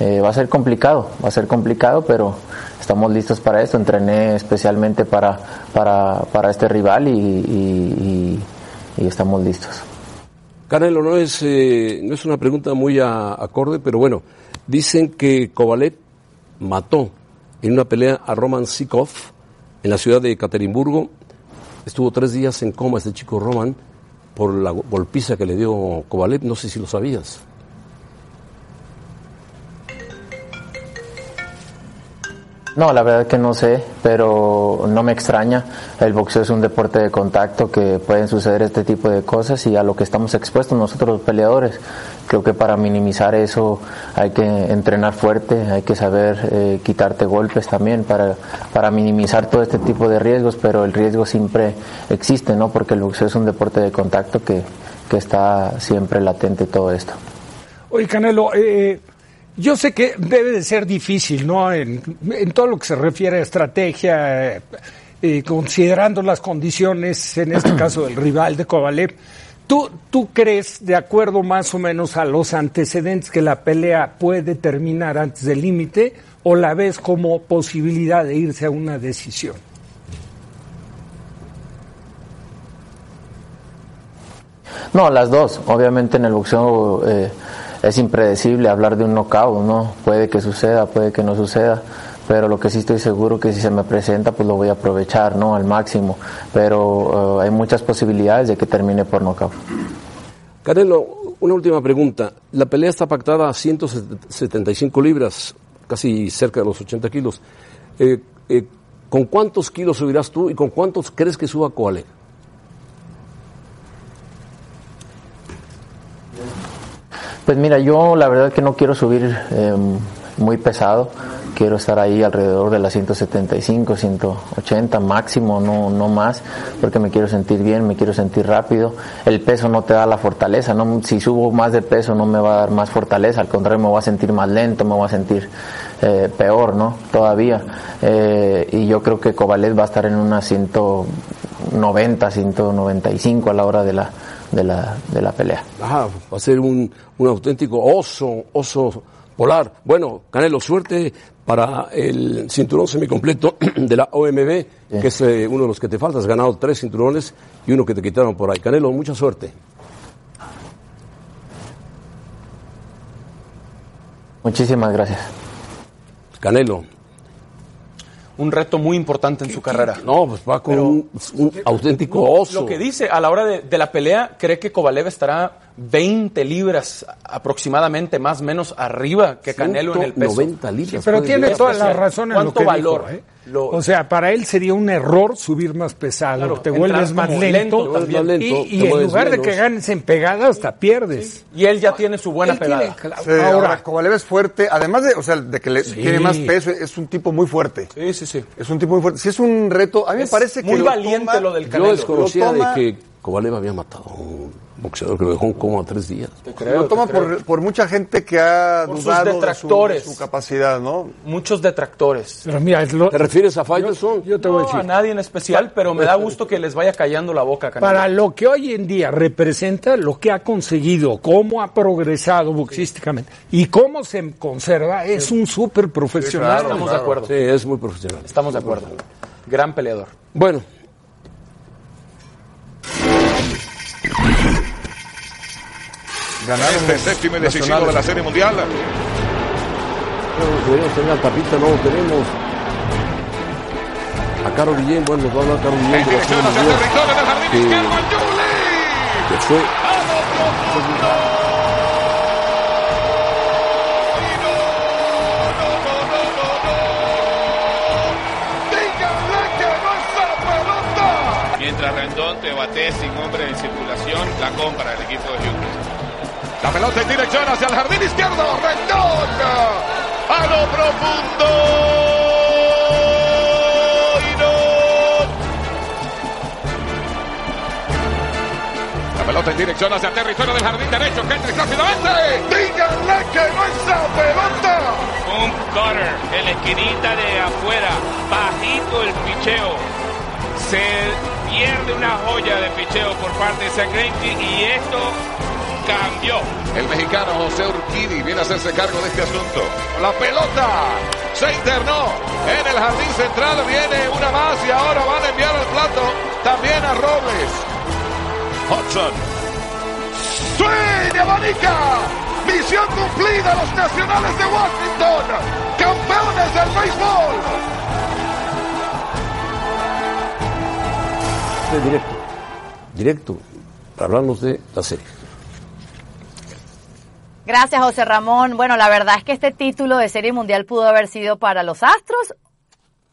eh, va a ser complicado, va a ser complicado, pero estamos listos para esto. Entrené especialmente para, para, para este rival y- y- y- y estamos listos.
Canelo, no es, eh, no es una pregunta muy a- acorde, pero bueno, dicen que Kovalev mató en una pelea a Roman Sikov en la ciudad de Caterimburgo. Estuvo tres días en coma este chico Roman por la go- golpiza que le dio Kovalev, no sé si lo sabías.
No, la verdad que no sé, pero no me extraña. El boxeo es un deporte de contacto que pueden suceder este tipo de cosas y a lo que estamos expuestos nosotros los peleadores. Creo que para minimizar eso hay que entrenar fuerte, hay que saber eh, quitarte golpes también para, para minimizar todo este tipo de riesgos, pero el riesgo siempre existe, ¿no? Porque el boxeo es un deporte de contacto que, que está siempre latente todo esto.
Oye, Canelo, eh, yo sé que debe de ser difícil, ¿no? En, en todo lo que se refiere a estrategia, eh, eh, considerando las condiciones, en este caso del rival de Kovalev. ¿Tú, ¿Tú crees, de acuerdo más o menos a los antecedentes, que la pelea puede terminar antes del límite o la ves como posibilidad de irse a una decisión?
No, las dos. Obviamente en el boxeo eh, es impredecible hablar de un knockout, ¿no? Puede que suceda, puede que no suceda, pero lo que sí estoy seguro que si se me presenta, pues lo voy a aprovechar, ¿no? Al máximo. Pero eh, hay muchas posibilidades de que termine por knockout.
Canelo, una última pregunta. La pelea está pactada a 175 libras, casi cerca de los 80 kilos. Eh, eh, ¿Con cuántos kilos subirás tú y con cuántos crees que suba Kovalev?
Pues mira, yo la verdad que no quiero subir eh, muy pesado. Quiero estar ahí alrededor de las 175, 180 máximo, no, no más, porque me quiero sentir bien, me quiero sentir rápido. El peso no te da la fortaleza, ¿no? si subo más de peso no me va a dar más fortaleza, al contrario me voy a sentir más lento, me voy a sentir eh, peor, ¿no? Todavía. Eh, y yo creo que Cobalet va a estar en una 190, 195 a la hora de la, de la, de la pelea.
Ah, va a ser un, un auténtico oso, oso polar. Bueno, Canelo, suerte para el cinturón semicompleto de la OMB, que es eh, uno de los que te falta. Has ganado tres cinturones y uno que te quitaron por ahí. Canelo, mucha suerte.
Muchísimas gracias.
Canelo.
Un reto muy importante en su carrera.
No, pues va con un, un auténtico oso.
Lo que dice, a la hora de, de la pelea, cree que Kovalev estará 20 libras aproximadamente, más o menos, arriba que Canelo en el peso.
190 libras.
Pero
puede
tiene
llegar.
toda
O
la
sea,
razón en lo
¿cuánto
que
valor?
dijo, ¿eh?
Lo-
O sea, para él sería un error subir más pesado.
Claro,
te
entrar
vuelves más
como
lento,
lento también.
y-
Lento,
y,
te
en
mueves
lugar de que
menos.
ganes en pegada hasta pierdes.
Y él ya tiene su buena
Él tiene-
pegada.
Sí, ahora, Kovalev es fuerte, además de, o sea, de que le- tiene más peso, es un tipo muy fuerte.
Sí, sí, sí.
Es un tipo muy fuerte. Si es un reto, a mí
Es
me parece que.
muy
lo
valiente
toma-
lo del
lo
Yo desconocía
toma-
de que Kovalev había matado a un boxeador que lo dejó en coma tres días.
lo toma por, por mucha gente que ha
Por sus
dudado de su-
detractores.
de su, capacidad, ¿no?
Muchos detractores.
Pero mira, es lo-
¿Te refieres a Faitelson?
Yo te
No,
voy a decir.
a nadie en especial, pero me da gusto que les vaya callando la boca, Canelo.
Para lo que hoy en día representa, lo que ha conseguido, cómo ha progresado boxísticamente y cómo se conserva, es un súper profesional.
claro,
Estamos de acuerdo.
Sí, es muy profesional.
Estamos de acuerdo. Gran peleador.
Bueno.
Ganaron
Este séptimo y decisivo de la Serie Mundial.
Deberíamos tener la tapita, no lo tenemos. A Caro Guillén, bueno, nos va a hablar Caro Guillén de la Serie Mundial, que fue
Mientras Rendón te bate sin hombre en circulación, la compra el equipo de Houston. La pelota en dirección hacia el jardín izquierdo. Rendón a lo profundo. Y no. La pelota en dirección hacia el territorio del jardín derecho. Kendrick rápidamente. Díganle que no esa pelota.
Un cutter en la esquinita de afuera, bajito el picheo. Se pierde una joya de picheo por parte de Sangrenki y esto cambió.
El mexicano José Urquidi viene a hacerse cargo de este asunto. La pelota se internó en el jardín central. Viene una más y ahora van a enviar el plato también a Robles. Hudson. ¡Sí! de abanica! Misión cumplida los nacionales de Washington. Campeones del béisbol.
fue directo. Directo. Para hablarnos de la serie.
Gracias, José Ramón. Bueno, la verdad es que este título de Serie Mundial pudo haber sido para los Astros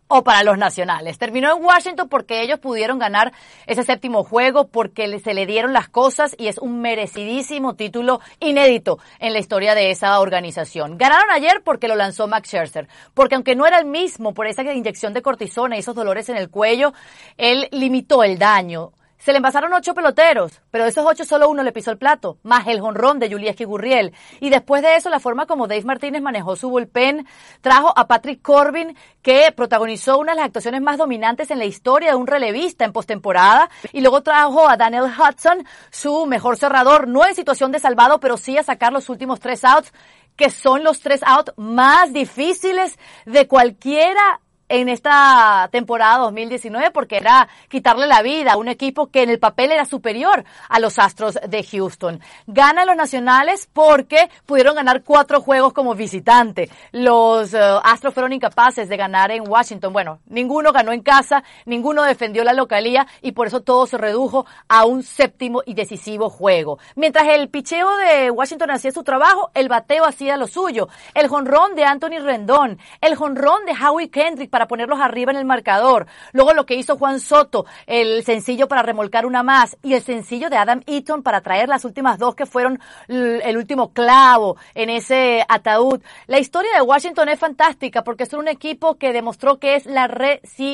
o para los nacionales. Terminó en Washington porque ellos pudieron ganar ese séptimo juego, porque le- se le dieron las cosas y es un merecidísimo título inédito en la historia de esa organización. Ganaron ayer porque lo lanzó Max Scherzer, porque aunque no era el mismo por esa inyección de cortisona y esos dolores en el cuello, él limitó el daño. Se le envasaron ocho peloteros, pero de esos ocho solo uno le pisó el plato, más el jonrón de Julieski Gurriel. Y después de eso, la forma como Dave Martínez manejó su bullpen, trajo a Patrick Corbin, que protagonizó una de las actuaciones más dominantes en la historia de un relevista en postemporada, y luego trajo a Daniel Hudson, su mejor cerrador, no en situación de salvado, pero sí a sacar los últimos tres outs, que son los tres outs más difíciles de cualquiera en esta temporada 2019 porque era quitarle la vida a un equipo que en el papel era superior a los Astros de Houston. Ganan los Nacionales porque pudieron ganar cuatro juegos como visitante. Los eh, Astros fueron incapaces de ganar en Washington. Bueno, ninguno ganó en casa, ninguno defendió la localía y por eso todo se redujo a un séptimo y decisivo juego. Mientras el picheo de Washington hacía su trabajo, el bateo hacía lo suyo. El jonrón de Anthony Rendón, el jonrón de Howie Kendrick para ponerlos arriba en el marcador. Luego lo que hizo Juan Soto, el sencillo para remolcar una más y el sencillo de Adam Eaton para traer las últimas dos que fueron l- el último clavo en ese ataúd. La historia de Washington es fantástica porque es un equipo que demostró que es la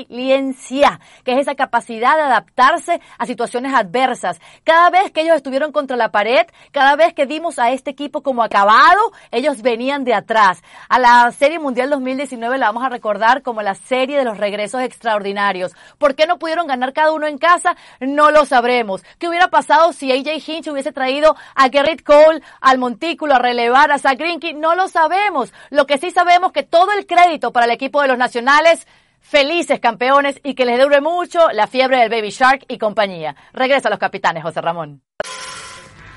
resiliencia, que es esa capacidad de adaptarse a situaciones adversas. Cada vez que ellos estuvieron contra la pared, cada vez que dimos a este equipo como acabado, ellos venían de atrás. A la Serie Mundial 2019 la vamos a recordar como la serie de los regresos extraordinarios. ¿Por qué no pudieron ganar cada uno en casa? No lo sabremos. ¿Qué hubiera pasado si AJ Hinch hubiese traído a Gerrit Cole al montículo a relevar a Zach Greinke? No lo sabemos. Lo que sí sabemos que todo el crédito para el equipo de los nacionales Felices campeones y que les dure mucho la fiebre del Baby Shark y compañía. Regresa a los capitanes, José Ramón.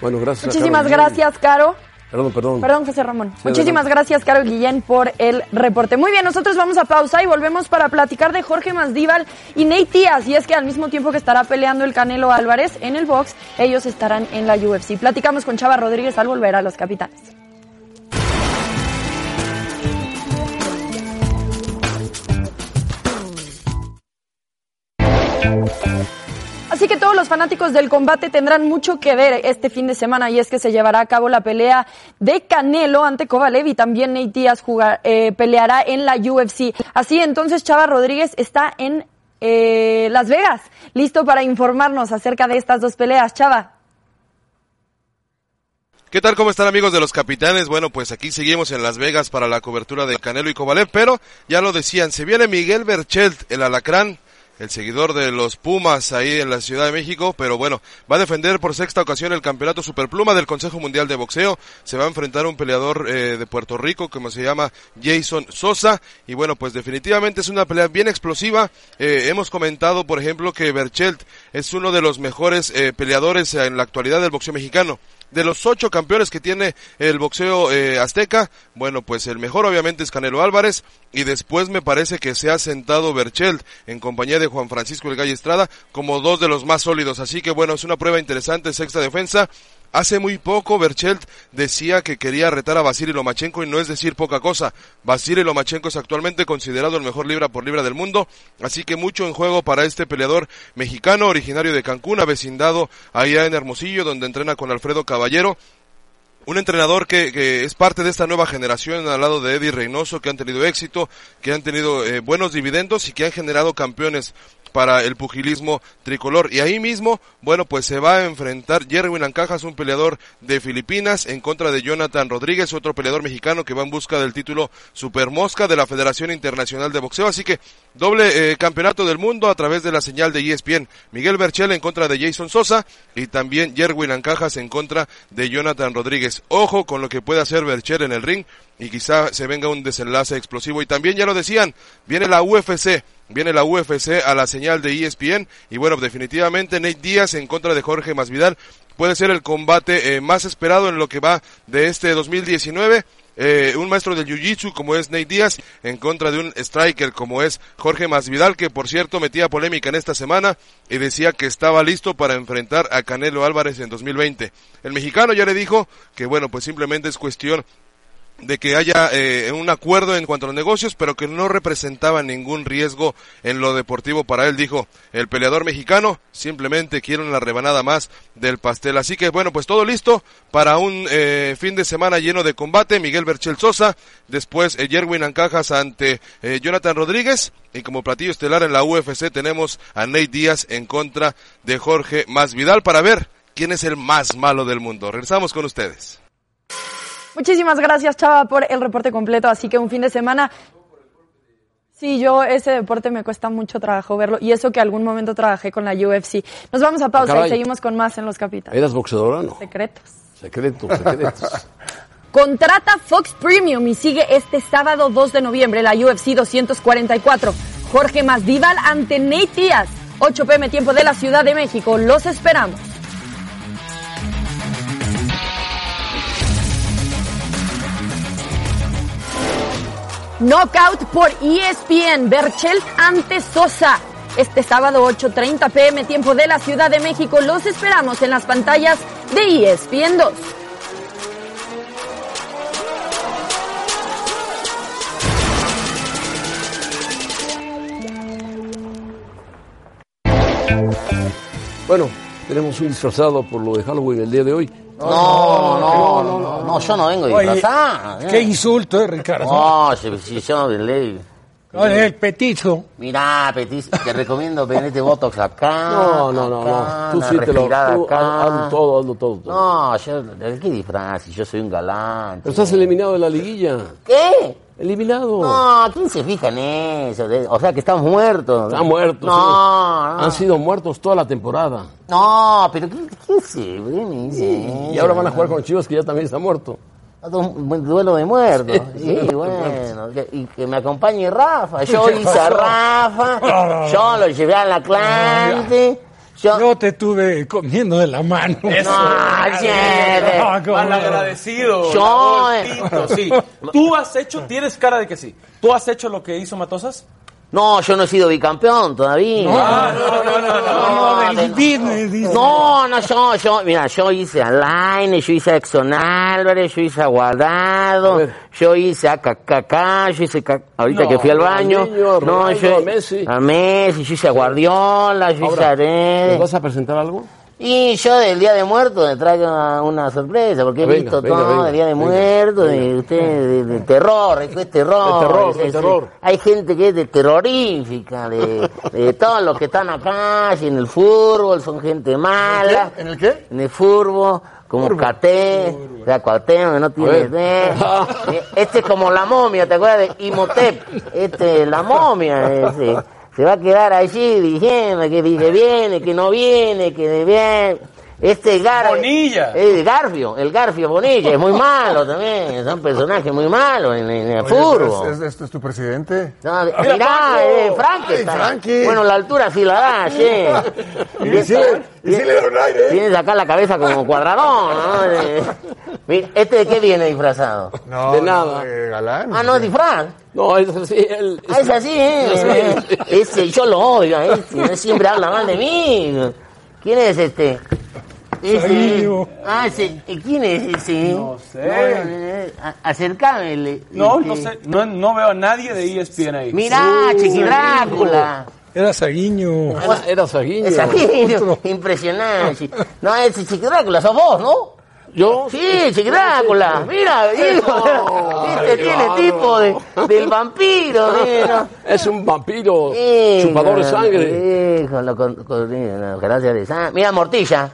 Bueno, gracias. a Caro
Muchísimas
Guillén.
gracias, Caro.
Perdón, perdón.
Perdón, José Ramón.
Sí,
Muchísimas
adelante.
gracias, Caro Guillén, por el reporte. Muy bien, nosotros vamos a pausa y volvemos para platicar de Jorge Masdíbal y Nate Díaz. Y es que al mismo tiempo que estará peleando el Canelo Álvarez en el box, ellos estarán en la UFC. Platicamos con Chava Rodríguez al volver a los capitanes. Así que todos los fanáticos del combate tendrán mucho que ver este fin de semana y es que se llevará a cabo la pelea de Canelo ante Kovalev y también Nate Diaz jugar- eh, peleará en la UFC. Así entonces Chava Rodríguez está en eh, Las Vegas, listo para informarnos acerca de estas dos peleas. Chava.
¿Qué tal? ¿Cómo están amigos de los capitanes? Bueno, pues aquí seguimos en Las Vegas para la cobertura de Canelo y Kovalev, pero ya lo decían, se viene Miguel Berchelt, el alacrán, el seguidor de los Pumas ahí en la Ciudad de México, pero bueno, va a defender por sexta ocasión el campeonato superpluma del Consejo Mundial de Boxeo, se va a enfrentar a un peleador eh, de Puerto Rico, como se llama Jason Sosa, y bueno, pues definitivamente es una pelea bien explosiva, Eh, hemos comentado, por ejemplo, que Berchelt es uno de los mejores eh, peleadores en la actualidad del boxeo mexicano, de los ocho campeones que tiene el boxeo eh, azteca, bueno, pues el mejor obviamente es Canelo Álvarez y después me parece que se ha sentado Berchelt en compañía de Juan Francisco El Gallo Estrada como dos de los más sólidos. Así que bueno, es una prueba interesante, sexta defensa. Hace muy poco Berchelt decía que quería retar a Vasily Lomachenko y no es decir poca cosa. Vasily Lomachenko es actualmente considerado el mejor libra por libra del mundo, así que mucho en juego para este peleador mexicano originario de Cancún, avecindado allá en Hermosillo donde entrena con Alfredo Caballero un entrenador que, que es parte de esta nueva generación al lado de Eddie Reynoso, que han tenido éxito, que han tenido eh, buenos dividendos y que han generado campeones para el pugilismo tricolor. Y ahí mismo, bueno, pues se va a enfrentar Jerwin Ancajas, un peleador de Filipinas, en contra de Jonathan Rodríguez, otro peleador mexicano que va en busca del título Supermosca de la Federación Internacional de Boxeo. Así que doble eh, campeonato del mundo a través de la señal de E ESPN. Miguel Berchel en contra de Jason Sosa y también Jerwin Ancajas en contra de Jonathan Rodríguez. Ojo con lo que puede hacer Berchel en el ring y quizá se venga un desenlace explosivo. Y también ya lo decían, viene la UFC. Viene la UFC a la señal de E ESPN y bueno, definitivamente Nate Díaz en contra de Jorge Masvidal puede ser el combate eh, más esperado en lo que va de este 2019. Eh, un maestro del Jiu-Jitsu como es Nate Díaz en contra de un striker como es Jorge Masvidal que por cierto metía polémica en esta semana y decía que estaba listo para enfrentar a Canelo Álvarez en 2020. El mexicano ya le dijo que bueno pues simplemente es cuestión de que haya eh, un acuerdo en cuanto a los negocios, pero que no representaba ningún riesgo en lo deportivo para él, dijo el peleador mexicano, simplemente quiere una rebanada más del pastel. Así que bueno, pues todo listo para un eh, fin de semana lleno de combate, Miguel Berchel Sosa, después eh, Jerwin Ancajas ante eh, Jonathan Rodríguez, y como platillo estelar en la UFC tenemos a Nate Díaz en contra de Jorge Masvidal para ver quién es el más malo del mundo. Regresamos con ustedes.
Muchísimas gracias, Chava, por el reporte completo. Así que un fin de semana. Sí, yo ese deporte me cuesta mucho trabajo verlo. Y eso que algún momento trabajé con la UFC. Nos vamos a pausa
caray. Eh,
y seguimos con más en los capitanes.
¿Eras boxeadora? No.
Secretos.
Secretos, secretos.
Contrata Fox Premium y sigue este sábado 2 de noviembre la UFC 244. Jorge Masvidal ante Nate Díaz. 8 pm tiempo de la Ciudad de México. Los esperamos. Knockout por E ESPN. Berchelt ante Sosa. Este sábado 8.30 pm tiempo de la Ciudad de México. Los esperamos en las pantallas de E ESPN 2.
Bueno, tenemos un disfrazado por lo de Halloween el día de hoy.
No, no, no, no, no, yo no vengo
Oye,
disfrazado.
qué insulto, eh, Ricardo.
No, si, si yo de ley.
Oye, el petizo.
Mirá, Petis, te recomiendo ponerte botox acá.
No, no, no,
acá,
no. Tú
una
sí te lo-
respirada
tú
acá.
haz- hazlo
todo, hazlo todo.
No, yo, ¿de qué disfraz? Si Yo soy un galán.
Pero estás eliminado de la liguilla.
¿Qué?
Eliminado.
No, ¿quién se fija en eso? De- O sea, que estás muerto.
Están muertos.
No,
sí.
no.
Han sido muertos toda la temporada.
No, pero ¿quién, quién se viene?
Sí, y ahora van a jugar con Chivas que ya también está muerto.
Un buen duelo de muertos.
Sí,
Sí,
duelo de
bueno. que- y que me acompañe Rafa. Yo
¿Qué
hice a
pasó?
Rafa. Yo lo llevé al Atlante.
Yo, te tuve comiendo de la mano.
Eso.
Ayer.
No, cómo Malagradecido.
Yo-
la voz, Tito, sí. Tú has hecho, tienes cara de que sí. ¿Tú has hecho lo que hizo Matosas?
No, yo no he sido bicampeón todavía.
No, no, no, no, no, no, del
Ah, No, no, yo, yo, mira, yo hice a Laine, yo hice a Exxon Álvarez, yo hice a Guardado, yo hice a Cacacá, yo hice a- ahorita
No,
que fui al
no,
baño,
Ronaldinho,
no,
Ronaldo,
yo
a Messi.
a Messi, yo hice a Guardiola, yo hice a
Ahora, ¿nos
Aredes.
vas a presentar algo?
Y yo del Día de Muertos le traigo una, una sorpresa, porque he
Venga,
visto
venga,
todo
venga,
el Día de
venga,
Muertos, de, usted- de- de terror, esto es terror.
De terror,
es-
de
es-
terror.
Hay gente que es de terrorífica, de, de todos los que están acá, y en el fútbol, son gente mala. ¿En el qué? En el fútbol, como Caté, o sea, Cuauhtémoc, que no tiene
ver.
idea. Eh, Este es como la momia, ¿te acuerdas de Imhotep? Este, la momia, ese. Se va a quedar allí diciendo que dice viene, que no viene, que viene. Este Gar... Bonilla. El Garfio, el Garfio Bonilla, es muy malo también. Son personajes muy malos en, en el
Oye, pero
furbo.
¿es- es- ¿Este es tu presidente?
No, mirá, eh, Frank está. Bueno, la altura sí la da, sí.
Y sí le- y sí le dieron aire, ¿eh?
Tiene acá la cabeza como cuadradón, ¿no? Eh, Mira, ¿este de qué viene disfrazado?
de nada.
Ah, no, es disfraz.
No, es así. Él,
Ah, es así, ¿eh? Ese, yo lo odio, a este, ¿no? siempre habla mal de mí. ¿Quién es este? Ese,
Saído.
ah, ese, ¿quién es ese? No sé. Acercame. le-
No,
este.
no sé. No, no veo a nadie de E ESPN ahí.
Mirá, Chiqui Drácula.
Era Saguiño.
Era-
Ah, Saguiño.
Es aquí, impresionante. No, es Chiqui Drácula, sos vos, ¿no? ¿Yo? Sí, Chiqui Drácula. Mira, hijo, este tiene tipo de, del vampiro. mira.
Es un vampiro
Sí,
chupador de
no,
sangre.
sí, con lo- con- con la gracia de sangre. Mira, Mortilla.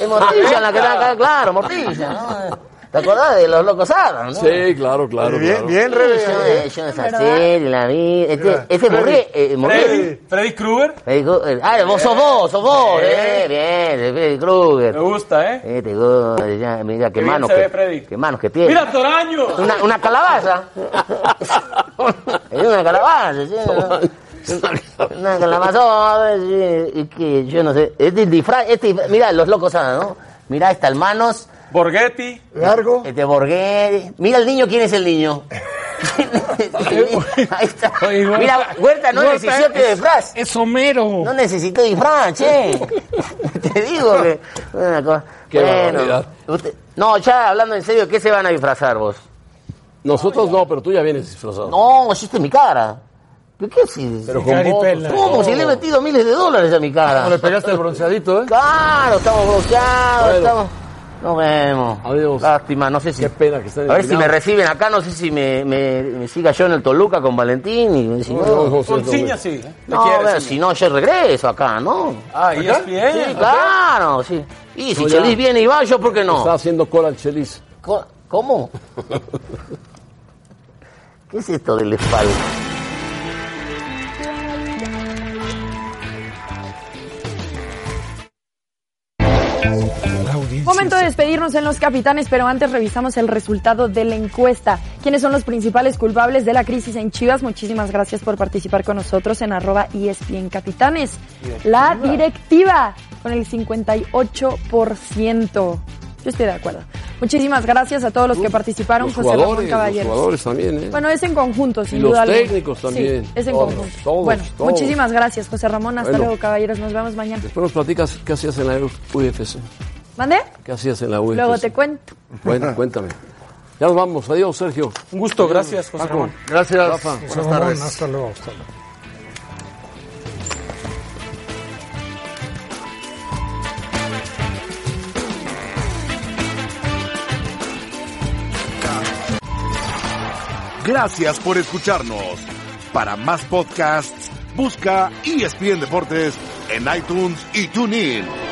Es Mortilla la que está acá, claro, Mortilla. ¿no? ¿Te acordás de los locos árabes, no?
Sí, claro, claro.
Bien,
claro.
bien, Rebe. Yo, eh, yo esa serie la vi. Este, este Morri- eh, Morri-
Freddy Krueger.
Freddy Krueger. Ah, vos sos vos, sos vos.
Eh.
Eh, bien, de Freddy Krueger. Me
gusta, ¿eh?
te gusta, ya, mira qué,
Qué bien
manos.
se
que,
ve Freddy.
qué manos que tiene.
Mira, Toraño.
Una, una calabaza. es una calabaza, sí. ¿no? Una calabaza. sí, Y que yo no sé. Este disfraz, este, disfraz- mira, los locos, ¿sabes, ¿no? Mira, está el Manos.
Borghetti.
Largo. Este Borghetti. Mira el niño, ¿quién es el niño? Ahí está. Mira, Huerta no
Huerta
necesitó que
es-
disfraz.
Es Homero.
No necesito disfraz, che. Te digo que. Una cosa.
Qué
Bueno,
barbaridad.
usted- no, ya hablando en serio, ¿qué se van a disfrazar vos?
Nosotros no, pero tú ya vienes disfrazado.
No, yo estoy en mi cara. ¿Pero qué si?
Pero con Caripela. votos.
¿Cómo? Si le he metido miles de dólares a mi cara.
Como le pegaste el bronceadito, ¿eh?
Claro, estamos bronceados,
Bueno.
estamos. Nos vemos. Adiós. Lástima, no sé si.
Qué pena que estén
A ver si me
eliminados.
reciben acá, no sé si me, me, me siga yo en el Toluca con Valentín. Y, si no,
no, no, sí,
Con Ciña, sí. ¿eh?
No, a ver, si no, yo regreso acá, ¿no?
Ah, ESPN.
Sí, claro, sí. Y si
No, ya.
Chelis viene y va, yo, ¿por qué no?
Está haciendo cola el Chelis.
Co- ¿Cómo? ¿Qué es esto del espalda?
Momento de despedirnos en Los Capitanes, pero antes revisamos el resultado de la encuesta. ¿Quiénes son los principales culpables de la crisis en Chivas? Muchísimas gracias por participar con nosotros en arroba ESPN Capitanes. La directiva con el 58%. Yo estoy de acuerdo. Muchísimas gracias a todos los que participaron.
Los
José Ramón
jugadores, los
Caballeros.
jugadores también, ¿eh?
Bueno, es en conjunto, sin
Y los
duda alguna.
técnicos también.
Sí, es en
Todos,
conjunto.
todos,
bueno,
todos.
muchísimas gracias, José Ramón. Hasta
Bueno.
luego, caballeros. Nos vemos mañana.
Después nos platicas qué hacías en la UFC.
¿Mande?
¿Qué hacías en la UFC?
Luego te cuento.
Bueno, cuéntame. Ya nos vamos. Adiós, Sergio.
Un gusto. Gracias, José Ramón.
Gracias.
Rafa.
Buenas
José Ramón,
tardes.
Hasta luego, hasta luego.
Gracias por escucharnos. Para más podcasts, busca ESPN Deportes en iTunes y TuneIn.